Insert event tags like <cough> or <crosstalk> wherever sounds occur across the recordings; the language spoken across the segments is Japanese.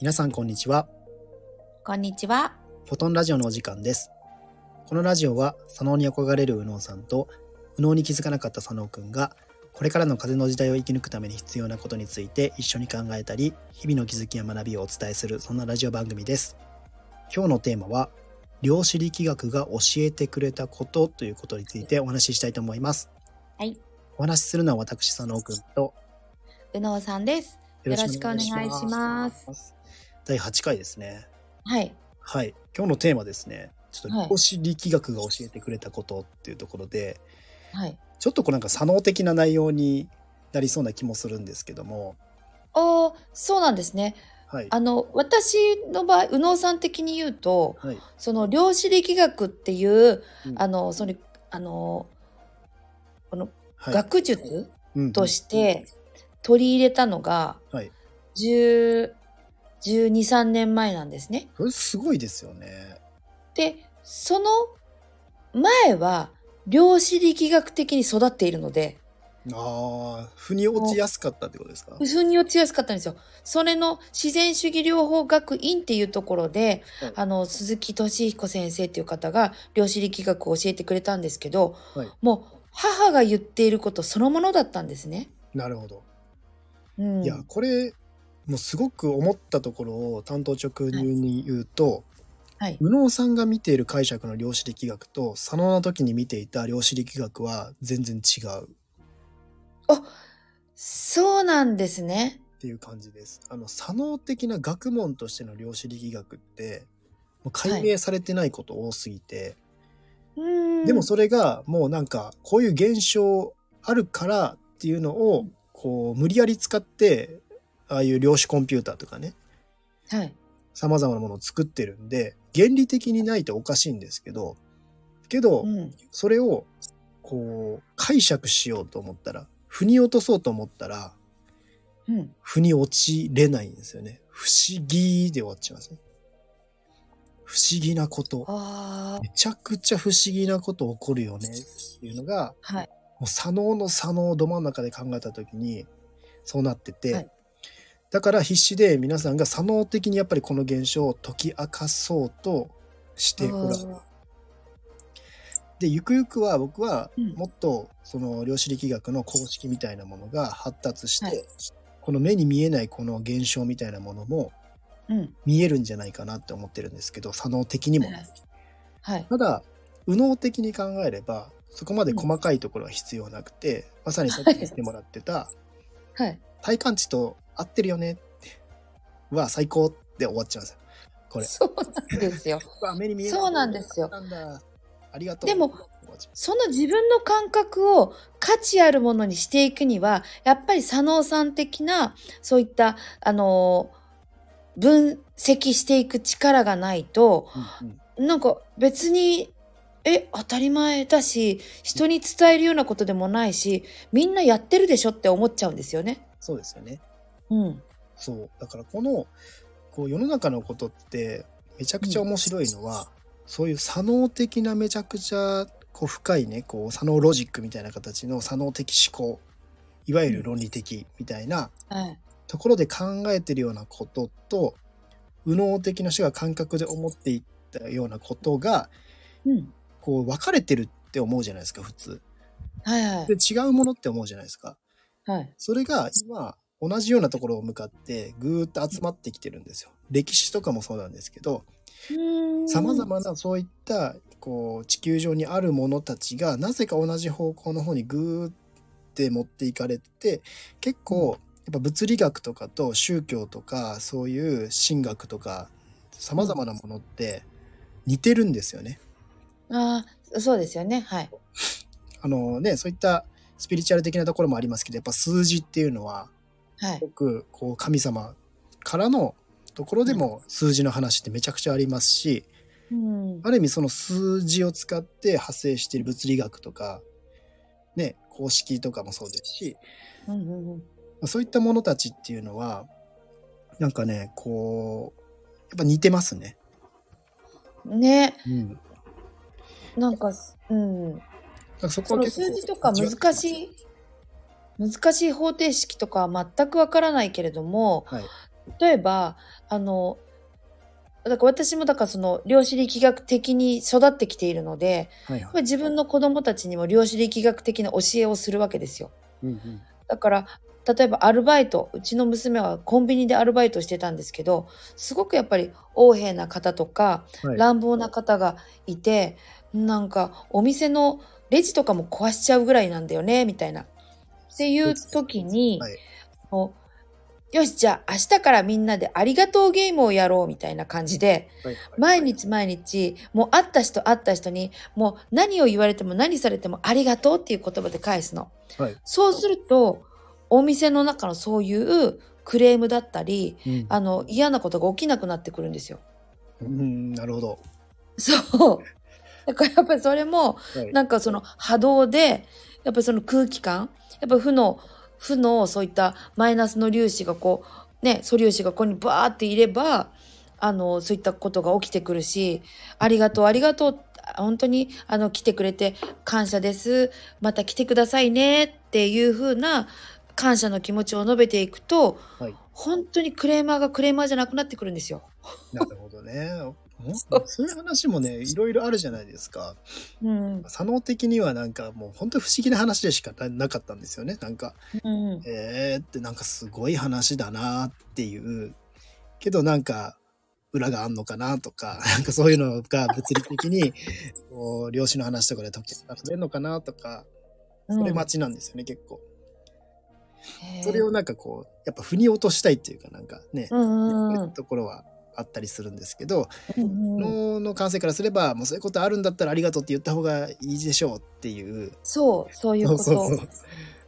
皆さんこんにちは。こんにちは。フォトンラジオのお時間です。このラジオは左脳に憧れる右脳さんと右脳に気づかなかった左脳くんがこれからの風の時代を生き抜くために必要なことについて一緒に考えたり日々の気づきや学びをお伝えするそんなラジオ番組です。今日のテーマは量子力学が教えてくれたことということについてお話ししたいと思います。はい。お話しするのは私佐野くんとうのうさんです。よろしくお願いしますす。第8回ですね。はい。はい、今日のテーマですね。ちょっはいと量子力学が教えてくれたことっていうところで、はい。ちょっとこうなんか左脳的な内容になりそうな気もするんですけども、ああ、そうなんですね。はい、あの、私の場合、うのうさん的に言うと、はい、その量子力学っていう、うんあの、その、あの、はい、学術うんとして取り入れたのが、はい10 12、3年前なんですね。これすごいですよね。で、その前は、量子力学的に育っているので、ああ、腑に落ちやすかったってことですか。腑に落ちやすかったんですよ。それの自然主義療法学院っていうところで、はいあの鈴木敏彦先生っていう方が量子力学を教えてくれたんですけど、はいもう母が言っていることそのものだったんですね。なるほど。うん、いや、これもうすごく思ったところを担当直入に言うと。はい、右脳さんが見ている解釈の量子力学と左脳の時に見ていた量子力学は全然違うっそうなんですね。ていう感じです。あの左脳的な学問としての量子力学ってもう解明されてないこと多すぎて、うんでもそれがもうなんかこういう現象あるからっていうのうをんこう無理やり使ってああいう量子コンピューターとかねはいさまざまなものを作ってるんで原理的にないとおかしいんですけどけど、うんそれをこう解釈しようと思ったら腑に落とそうと思ったらうん、腑に落ちれないんですよね不思議で終わっちゃいますね不思議なことあめちゃくちゃ不思議なこと起こるよねっていうのがあはいもう左脳の左脳をど真ん中で考えた時にそうなってて、はいだから必死で皆さんが左脳的にやっぱりこの現象を解き明かそうとしておられるあでゆくゆくは僕はうんもっとその量子力学の公式みたいなものが発達して、はいこの目に見えないこの現象みたいなものもーうん見えるんじゃないかなって思ってるんですけど左脳的にも、ね、はいただ右脳的に考えればそこまで細かいところは必要なくて、まさにさっき言ってもらって <laughs> たはい体感値と合ってるよねっては最高って終わっちゃうんですよこれそうなんですよ。うわ目に見えそうなんですよなんだありがとうでも終わっちゃうその自分の感覚を価値あるものにしていくには、やっぱり左脳さん的な、そういった、あのー分析していく力がないと、うんうんなんか別に、え、当たり前だし、人に伝えるようなことでもないし、みんなやってるでしょって思っちゃうんですよね。そうですよねうん。そうだからこのこう世の中のことってめちゃくちゃ面白いのは、そういう左脳的なめちゃくちゃこう深いねこう左脳ロジックみたいな形の左脳的思考いわゆる論理的みたいなはい。ところで考えてるようなことと右脳的な人が感覚で思っていったようなことがうん。こう分かれてるって思うじゃないですか普通。はいはいで。違うものって思うじゃないですか。はい。それが今、同じようなところを向かってぐーっと集まってきてるんですよ。歴史とかもそうなんですけど、さまざまなそういったこう地球上にあるものたちがなぜか同じ方向の方にぐーって持っていかれて、結構やっぱ物理学とかと宗教とかそういう神学とかさまざまなものって似てるんですよね。ああ、そうですよね。はい。あのね、そういったスピリチュアル的なところもありますけど、やっぱ数字っていうのははいよ。くこう神様からのところでも数字の話ってめちゃくちゃありますし、うん。ある意味その数字を使って派生している物理学とか、ね、公式とかもそうですし、うんうんうん。そういったものたちっていうのは、なんかね、こう、やっぱ似てますね。ね。うん。なんか、うん。だからそこそはの結構数字とか難しい難しい方程式とかは全くわからないけれども、はい例えばあのだから私もだからその量子力学的に育ってきているのではいやっはぱい。り自分の子供たちにも量子力学的な教えをするわけですよ。うんうん。だから例えばアルバイトうちの娘はコンビニでアルバイトしてたんですけどすごくやっぱり横柄な方とかはい乱暴な方がいてなんかお店のレジとかも壊しちゃうぐらいなんだよねみたいな。っていう時に、はいもうよしじゃあ明日からみんなでありがとうゲームをやろうみたいな感じではいはい毎日毎日もう会った人会った人にもう何を言われても何されてもありがとうっていう言葉で返すの。はいそうするとお店の中のそういうクレームだったりうんあの嫌なことが起きなくなってくるんですよ。うん、なるほど。そう。だからやっぱりそれも、はいなんかその波動で、やっぱりその空気感、やっぱ負の、負のそういったマイナスの粒子がこう、ね、素粒子がここにバーっていれば、あの、そういったことが起きてくるし、ありがとう、ありがとう、本当に、あの、来てくれて感謝です、また来てくださいねっていう風な感謝の気持ちを述べていくと、はい本当にクレーマーがクレーマーじゃなくなってくるんですよ。なるほどね。ほんそういう話もね、いろいろあるじゃないですか。うん。左脳的にはなんかもう本当に不思議な話でしかななかったんですよね。なんか、うん。えーってなんかすごい話だなっていう。けどなんか、裏があんのかなとか、 <laughs> なんかそういうのが物理的 <laughs> に、こう、量子の話とかで解き明かされるのかなとか、それ待ちなんですよね、結構。うんそれをなんかこう、やっぱ腑に落としたいっていうかなんかね、うんうんうんそういうところはあったりするんですけど、うんうん脳の感性からすればもうそういうことあるんだったらありがとうって言った方がいいでしょうっていう。そう、そういうこと。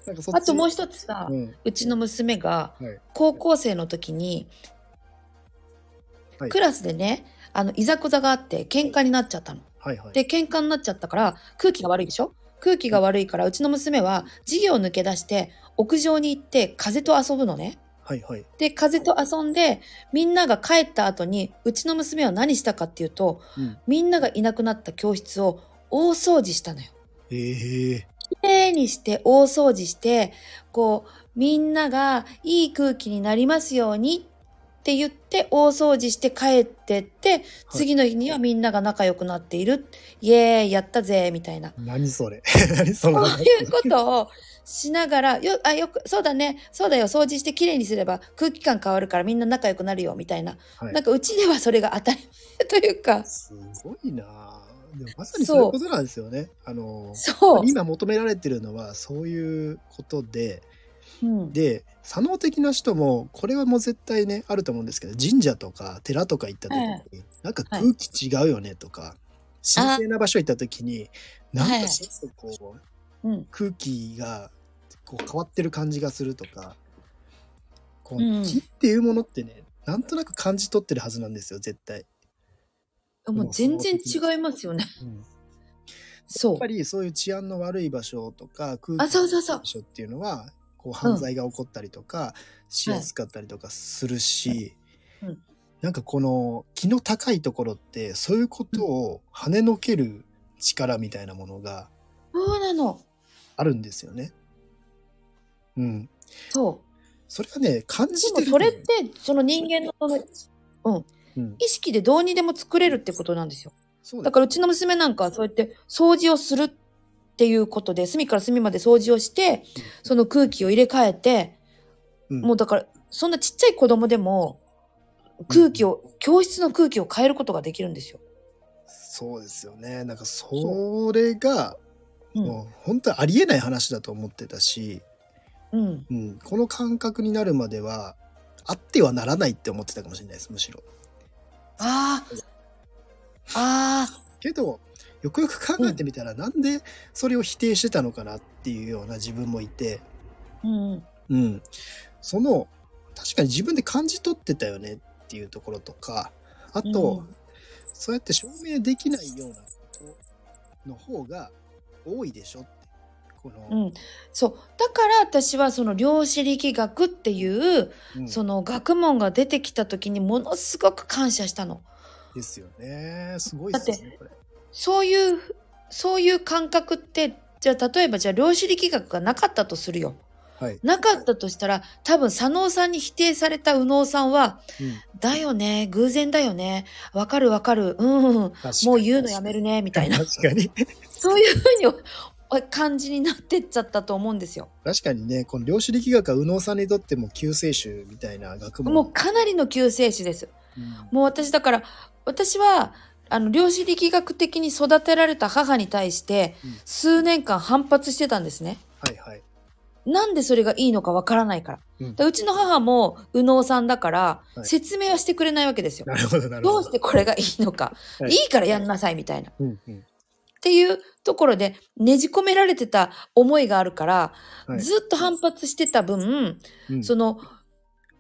なんかそっちあともう一つさ、ううんちの娘がはい高校生の時に、はいクラスでね、あのいざこざがあって喧嘩になっちゃったの。はいはい。で、喧嘩になっちゃったから空気が悪いでしょ空気が悪いからうちの娘は授業を抜け出して屋上に行って風と遊ぶのね。はいはい。で、風と遊んでみんなが帰った後にうちの娘は何したかっていうとうんみんながいなくなった教室を大掃除したのよ。ええ綺麗にして大掃除してこうみんながいい空気になりますようにって言って大掃除して帰ってって次の日にはみんなが仲良くなっている、イエーイやったぜみたいな。何それ <laughs> 何そのこう話いうことをしながら、よ、あ、よく、そうだね、そうだよ、掃除してきれいにすれば空気感変わるからみんな仲良くなるよ、みたいな。はいなんかうちではそれが当たり前というか、すごいなぁでもまさにそういうことなんですよね。あのそう。今求められてるのはそういうことでうん、で左脳的な人もこれはもう絶対ねあると思うんですけど神社とか寺とか行った時に、はなんか空気違うよねとか、神聖な場所行った時になんかちょっとこう、うん、空気がこう変わってる感じがするとかこう、うん木っていうものってねなんとなく感じ取ってるはずなんですよ絶対、もう全然違いますよやね。そっぱりそういう治安の悪い場所とか空気のあそう悪そういそう場所っていうのはこう犯罪が起こったりとか、しやすかったりとかするし、はいうんなんかこの気の高いところってそういうことを跳ねのける力みたいなものがう。そうなの。あるんですよね。うん、そう。それはね感じでてもるそれってその人間のその、うん、うん意識でどうにでも作れるってことなんですよそうだだからうちの娘なんかはそうやって掃除をするっていうことで隅から隅まで掃除をしてその空気を入れ替えて、うんもうだからそんなちっちゃい子供でも空気を、教室の空気を変えることができるんですよ。そうですよねなんかそれがうんもう本当にありえない話だと思ってたし、うん、うん、この感覚になるまではあってはならないって思ってたかもしれないですむしろ。あーあーけどよくよく考えてみたら、なんでそれを否定してたのかなっていうような自分もいて、うんうんうん、その確かに自分で感じ取ってたよねっていうところとかあと、うそうやって証明できないようなことの方が多いでしょってこの、うん、そうだから私はその量子力学っていううんその学問が出てきた時にものすごく感謝したの。ですよね。すごいですよね、これ。そういう、そういう感覚って、じゃあ例えばじゃあ量子力学がなかったとするよ。はい。なかったとしたら、多分佐野さんに否定された右脳さんは、うんだよね、偶然だよね、わかるわかる、うんうんうん、確かにもう言うのやめるね、みたいな、確かに。そういうふうにお感じになってっちゃったと思うんですよ。確かにね、この量子力学は右脳さんにとっても救世主みたいな学問。もうかなりの救世主です。うんもう私だから、私は、あの、量子力学的に育てられた母に対してうん、数年間反発してたんですね。はいはい。なんでそれがいいのかわからないから。うんでうちの母も右脳さんだから、はい説明はしてくれないわけですよ。なるほど、なるどほうど。してこれがいいのか、はいい、いからやんなさいみたいな。っうんうんていうところでねじ込められてた思いがあるから、はいずっと反発してた分、うんその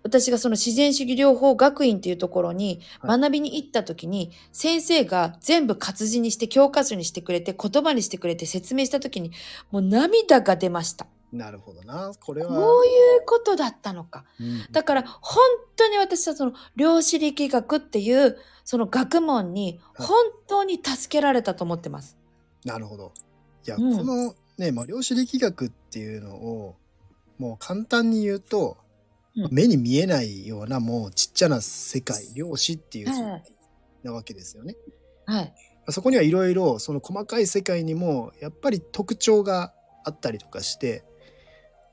私がその自然主義療法学院っていうところにはい学びに行った時に、先生が全部活字にして教科書にしてくれて言葉にしてくれて説明した時にもう涙が出ました。なるほどな。これは。こういうことだったのか。うんだから本当に私はその量子力学っていうその学問にはい本当に助けられたと思ってます。なるほど。いや、うんこのね、まあ、量子力学っていうのを、もう簡単に言うと、うん目に見えないようなもうちっちゃな世界、量子っていう世は界いなわけですよね。はい。そこにはいろいろ、その細かい世界にも、やっぱり特徴があったりとかして、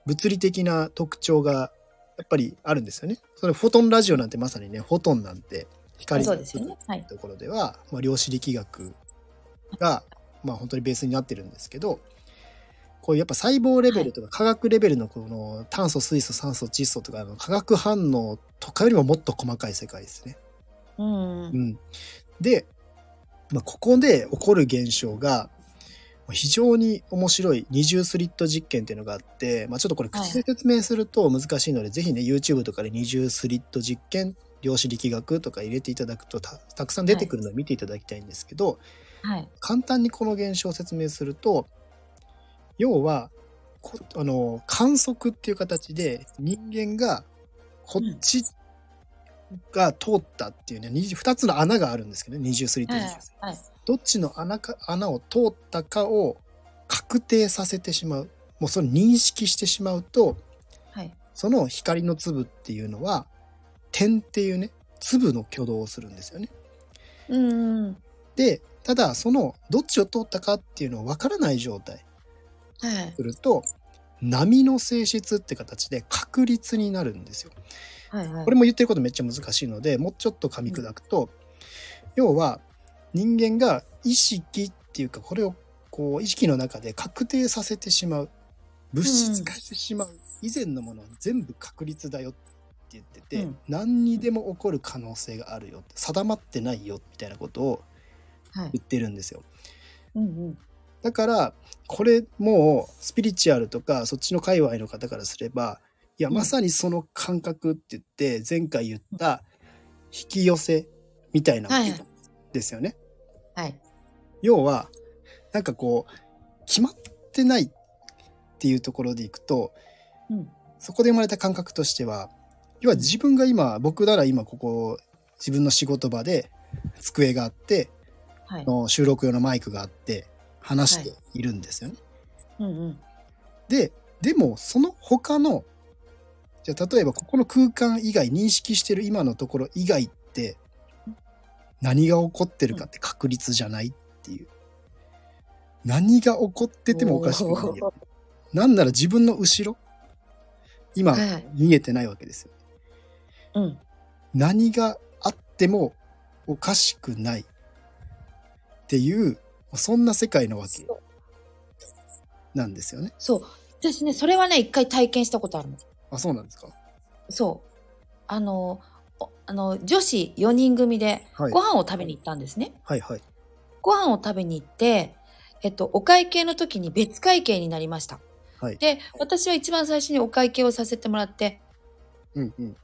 物理的な特徴がやっぱりあるんですよね。それフォトンラジオなんてまさにね、フォトンなんて光そうのですよね。はい。ところでは、まあ、量子力学が、まあ、本当にベースになってるんですけどこういうやっぱ細胞レベルとか化学レベルのこの炭素水素酸素窒素とかの化学反応とかよりももっと細かい世界ですね。うん。うん、で、まあ、ここで起こる現象がまあ非常に面白い二重スリット実験っていうのがあって、まあ、ちょっとこれ口で説明すると難しいので、ぜひね YouTube とかで二重スリット実験量子力学とか入れていただくとたたくさん出てくるので見ていただきたいんですけど、はい。簡単にこの現象を説明すると要はこあの観測っていう形で人間がこっちが通ったっていうね 2, 2つの穴があるんですけどね20スリットはい。 20はい。どっちの穴か穴を通ったかを確定させてしまうもうそれ認識してしまうとはい。その光の粒っていうのは点っていうね粒の挙動をするんですよね。うん。はでただそのどっちを通ったかっていうのを分からない状態い。すると波の性質って形で確率になるんですよ。はい。はいこれも言ってることめっちゃ難しいのでもうちょっと噛み砕くと要は人間が意識っていうかこれをこう意識の中で確定させてしまう物質化してしまう以前のものは全部確率だよって言ってて、うん何にでも起こる可能性があるよって定まってないよみたいなことをはい。言ってるんですよ。うんうん。だからこれもうスピリチュアルとかそっちの界隈の方からすればいやうんまさにその感覚って言って前回言った引き寄せみたいなもはいのですよね。はい。要はなんかこう決まってないっていうところでいくとうん。そこで生まれた感覚としては要は自分が今僕なら今ここ自分の仕事場で机があってはい。の収録用のマイクがあって話しているんですよね。うんうん。で、でもその他の、じゃあ例えばここの空間以外、認識してる今のところ以外って、何が起こってるかって確率じゃないっていう。何が起こっててもおかしくないよ。なんなら自分の後ろ、今、はい。見えてないわけですよ。うん。何があってもおかしくないっていう、そんな世界のわけそうなんですよね。そう。私ね、それはね、一回体験したことあるの。あ、そうなんですか。そう。あの、おあの女子4人組ではいご飯を食べに行ったんですね。はいはい。ご飯を食べに行って、えっと、お会計の時に別会計になりました。はいで、私は一番最初にお会計をさせてもらって、うんうん。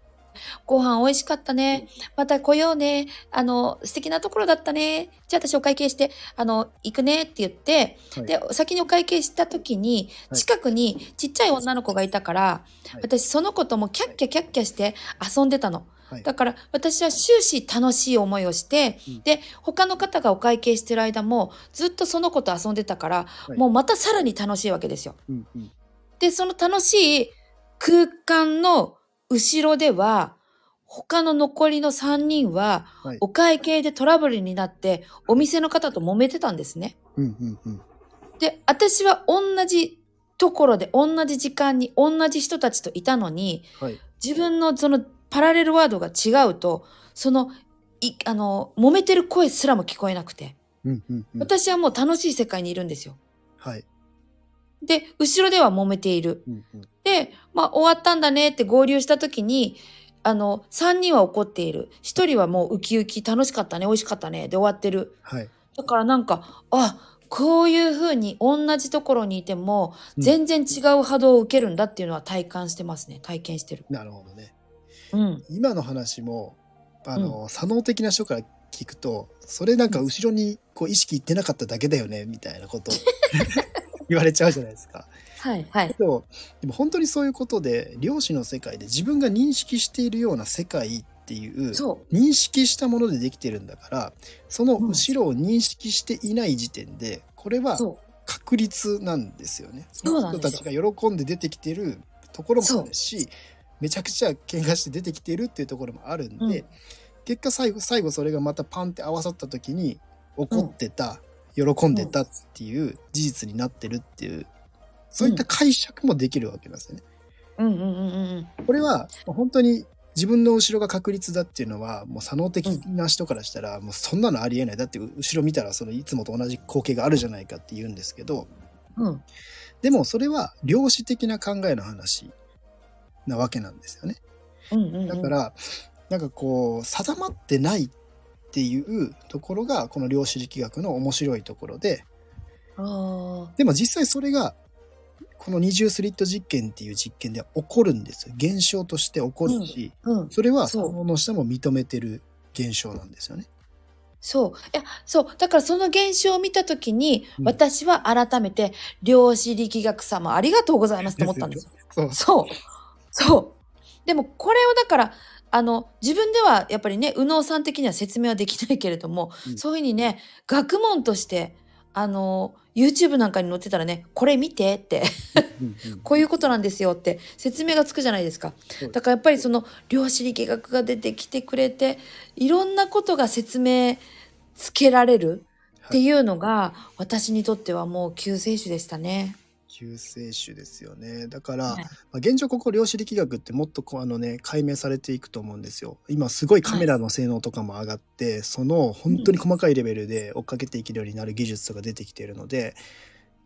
ご飯美味しかったね。また来ようね。あの、素敵なところだったね。じゃあ私お会計して、あの、行くねって言って、はいで、先にお会計した時に、はい近くにちっちゃい女の子がいたから、はい私その子ともキャッキャキャッキャして遊んでたの。はいだから私は終始楽しい思いをして、うんで、他の方がお会計してる間もずっとその子と遊んでたから、いもうまたさらに楽しいわけですよ。うんうん。で、その楽しい空間の後ろでは、他の残りの3人は、はいお会計でトラブルになって、お店の方と揉めてたんですね。うんうんうん。で、私は同じところで、同じ時間に、同じ人たちといたのに、はい自分のそのパラレルワードが違うと、その、いあの、揉めてる声すらも聞こえなくて、うんうんうん。私はもう楽しい世界にいるんですよ。はい。で、後ろでは揉めている。うんうん。で、まあ、終わったんだねって合流した時に、あの、3人は怒っている。1人はもうウキウキ楽しかったね、美味しかったね、で終わってる。はい。だからなんか、あ、こういう風に同じところにいても、うん全然違う波動を受けるんだっていうのは体感してますね。体験してる。なるほどね。うん。今の話も、あの、左脳的な人から聞くと、それなんか後ろにこう意識いってなかっただけだよね、みたいなことを言われちゃうじゃないですか。はい、はい。でも、でも本当にそういうことで、量子の世界で自分が認識しているような世界っていう、そう。認識したものでできてるんだから、その後ろを認識していない時点で、これはそう。確率なんですよね。そうなん人でたすちよが喜んで出てきてるところもあるし、めちゃくちゃ喧嘩して出てきてるっていうところもあるんで、うん結果最後、最後それがまたパンって合わさった時に怒ってた、喜んでたっていう事実になってるっていう、そういった解釈もできるわけなんですよね。うんうんうんうんうん。これはもう本当に自分の後ろが確率だっていうのはもう左脳的な人からしたらもうそんなのありえないだって後ろ見たらそのいつもと同じ光景があるじゃないかって言うんですけどうん。でもそれは量子的な考えの話なわけなんですよねうんうん、うん。だか、らなんかこう定まってないっていうところがこの量子力学の面白いところであーでも実際それがこの二重スリット実験っていう実験では起こるんですよ現象として起こるし、うん。それはそうその下も認めてる現象なんですよね。そう。いや、そう。だからその現象を見たときに、うん私は改めて、量子力学様ありがとうございますと思ったんですよ。そうそう。そう。でもこれをだから、あの、自分ではやっぱりね、右脳さん的には説明はできないけれども、うんそういうふうにね、学問として、あの、YouTube なんかに載ってたらね、これ見てって、こういうことなんですよって説明がつくじゃないですかそうです。だからやっぱりその量子力学が出てきてくれて、いろんなことが説明つけられるっていうのが、私にとってはもう救世主でしたね。救世主ですよね。だから、はいまあ現状ここ量子力学ってもっとこうあのね解明されていくと思うんですよ。今すごいカメラの性能とかも上がって、その本当に細かいレベルで追っかけていけるようになる技術とか出てきているので、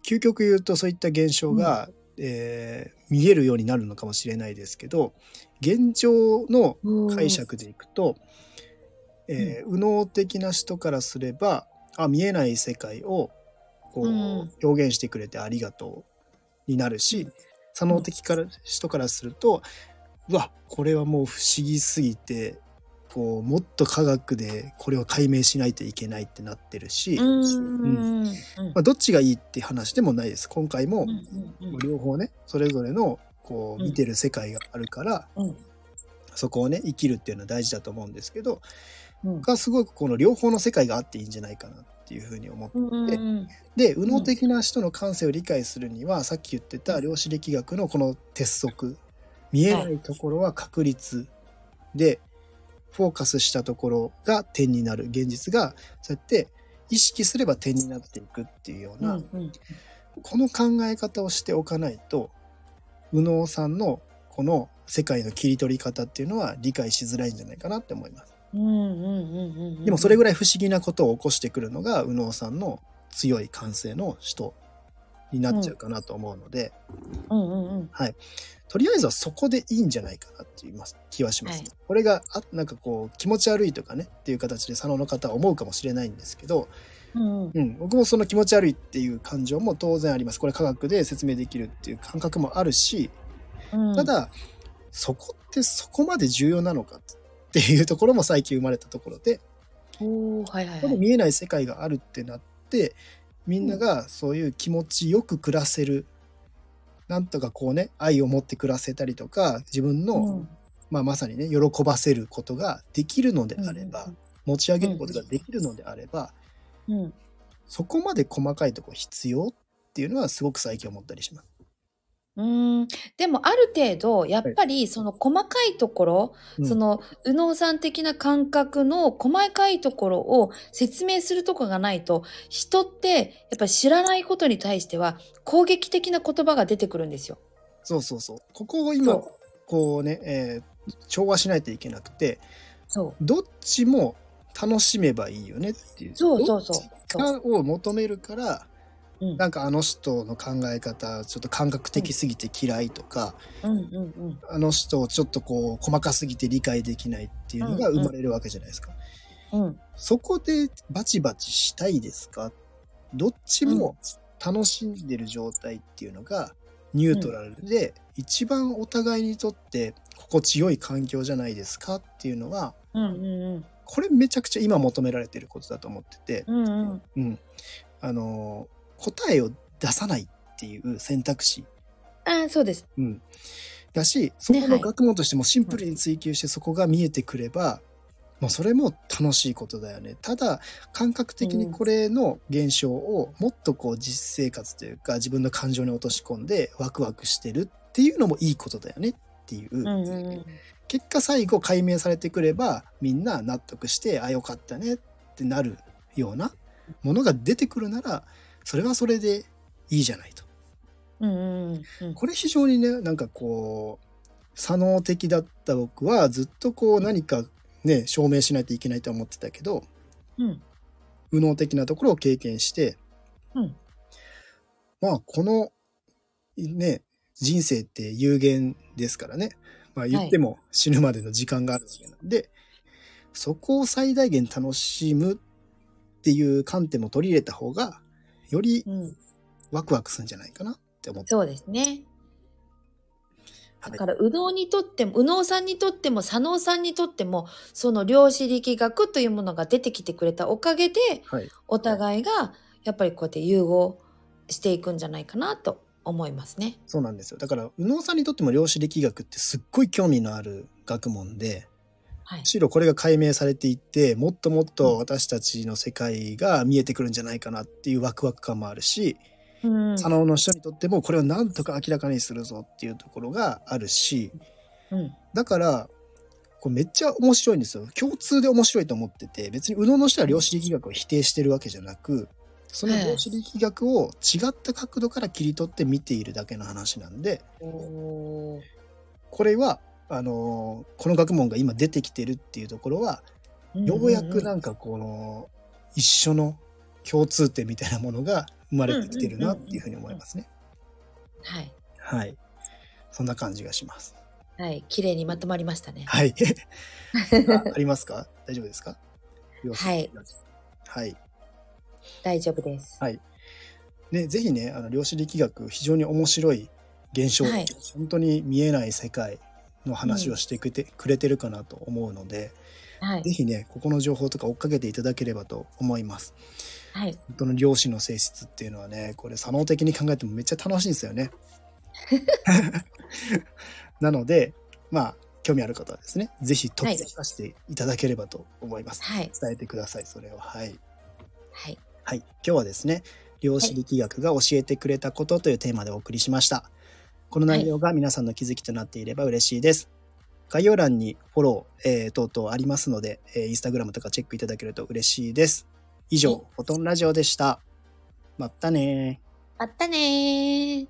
究極言うとそういった現象が、えー見えるようになるのかもしれないですけど、現状の解釈でいくと、えー右脳的な人からすればあ見えない世界をこう、うん表現してくれてありがとうになるし左脳的から、人からするとうわこれはもう不思議すぎてこうもっと科学でこれを解明しないといけないってなってるし、うん。ううんん。まあ、どっちがいいって話でもないです今回も、うんうん両方ねそれぞれのこううん見てる世界があるから、うんそこをね生きるっていうのは大事だと思うんですけどうんがすごくこの両方の世界があっていいんじゃないかなっていうふうに思って、うんうんで右脳的な人の感性を理解するにはさっき言ってた量子力学のこの鉄則見えないところは確率でフォーカスしたところが点になる現実がそうやって意識すれば点になっていくっていうよううな、んうんこの考え方をしておかないと右脳さんのこの世界の切り取り方っていうのは理解しづらいんじゃないかなって思います。うんうんうんでもそれぐらい不思議なことを起こしてくるのが右脳さんの強い感性の人になっちゃうかなと思うので、うんうんうんとりあえずはそこでいいんじゃないかなって言います気はします、はいこれがあなんかこう気持ち悪いとかねっていう形で佐野の方は思うかもしれないんですけど、うんうんうん、僕もその気持ち悪いっていう感情も当然ありますこれ科学で説明できるっていう感覚もあるしうんただそこってそこまで重要なのかっていうところも最近生まれたところでおーはいはいこはのい見えない世界があるってなってみんながそういう気持ちよく暮らせるなんとかこうね愛を持って暮らせたりとか自分の、うんまあ、まさにね喜ばせることができるのであれば、持ち上げることができるのであれば、うんそこまで細かいとこ必要っていうのはすごく最近思ったりします。うーんでもある程度やっぱりその細かいところ、うんその右脳さん的な感覚の細かいところを説明するとこがないと人ってやっぱり知らないことに対しては攻撃的な言葉が出てくるんですよ。そうそうそう。ここをそ今う、こうね、えー調和しないといけなくて、そうどっちも楽しめばいいよねっていう。そうそうそうどっちかを求めるから、うんなんかあの人の考え方、ちょっと感覚的すぎて嫌いとか、うんうんうんあの人をちょっとこう、細かすぎて理解できないっていうのがうんうん生まれるわけじゃないですか。うんそこでバチバチしたいですかどっちも楽しんでる状態っていうのがニュートラルで、一番お互いにとって心地よい環境じゃないですかっていうのはうんうんこれめちゃくちゃ今求められてることだと思ってて、うんうんうんうん、あのー答えを出さないっていう選択肢、ああそうです。うん、だしそこはのい学問としてもシンプルに追求してそこが見えてくれば、もうそれも楽しいことだよねただ感覚的にこれの現象をもっとこう実生活というか自分の感情に落とし込んでワクワクしてるっていうのもいいことだよねっていう、うんうんうん結果最後解明されてくればみんな納得してあよかったねってなるようなものが出てくるならそれはそれでいいじゃないと。うんうんうんこれ非常にねなんかこう左脳的だった僕はずっとこう何かね証明しないといけないと思ってたけどうん右脳的なところを経験して、うんまあこのね人生って有限ですからね、まあ、言っても死ぬまでの時間があるわけなんで、そこを最大限楽しむっていう観点も取り入れた方がよりうんワクワクするんじゃないかなって思って、そうですね。はだいから、右脳にとっても、右脳さんにとっても、左脳さんにとっても、その量子力学というものが出てきてくれたおかげで、はいお互いが、やっぱりこうやって融合していくんじゃないかなと思いますね。そうなんですよ。だから、右脳さんにとっても量子力学ってすっごい興味のある学問で、はいむ。しろこれが解明されていって、もっともっと私たちの世界が見えてくるんじゃないかなっていうワクワク感もあるし、うん。左脳の人にとってもこれをなんとか明らかにするぞっていうところがあるし、うん。だから、これめっちゃ面白いんですよ。共通で面白いと思ってて、別に右脳の人は量子力学を否定してるわけじゃなく、その量子力学を違った角度から切り取って見ているだけの話なんで、おーこれはあのーこの学問が今出てきてるっていうところはようやくなんかこの一緒の共通点みたいなものが生まれてきてるなっていうふうに思いますね。はい。はい。そんな感じがします。はい。綺麗にまとまりましたね。はい。ああります <laughs> か大丈夫ですかはい。はい。大丈夫です。ね、ぜひね、あの量子力学、非常に面白い現象、はい本当に見えない世界の話をしてくれて,、くれてるかなと思うので、はいぜ。ひね、ここの情報とか追っかけていただければと思います。はい。本当の量子の性質っていうのはね、これ、左脳的に考えてもめっちゃ楽しいんですよね。 <laughs> なので、まあ、興味ある方はですね、ぜひ解き明かしていただければと思います。はい。伝えてください、それを。はい。はい。はい。今日はですね、量子力学が教えてくれたことというテーマでお送りしました。この内容が皆さんの気づきとなっていれば嬉しいです。概要欄にフォロー、えー等々ありますので、えーインスタグラムとかチェックいただけると嬉しいです。以はい上、フォトンラジオでした。まったねー。まったねー。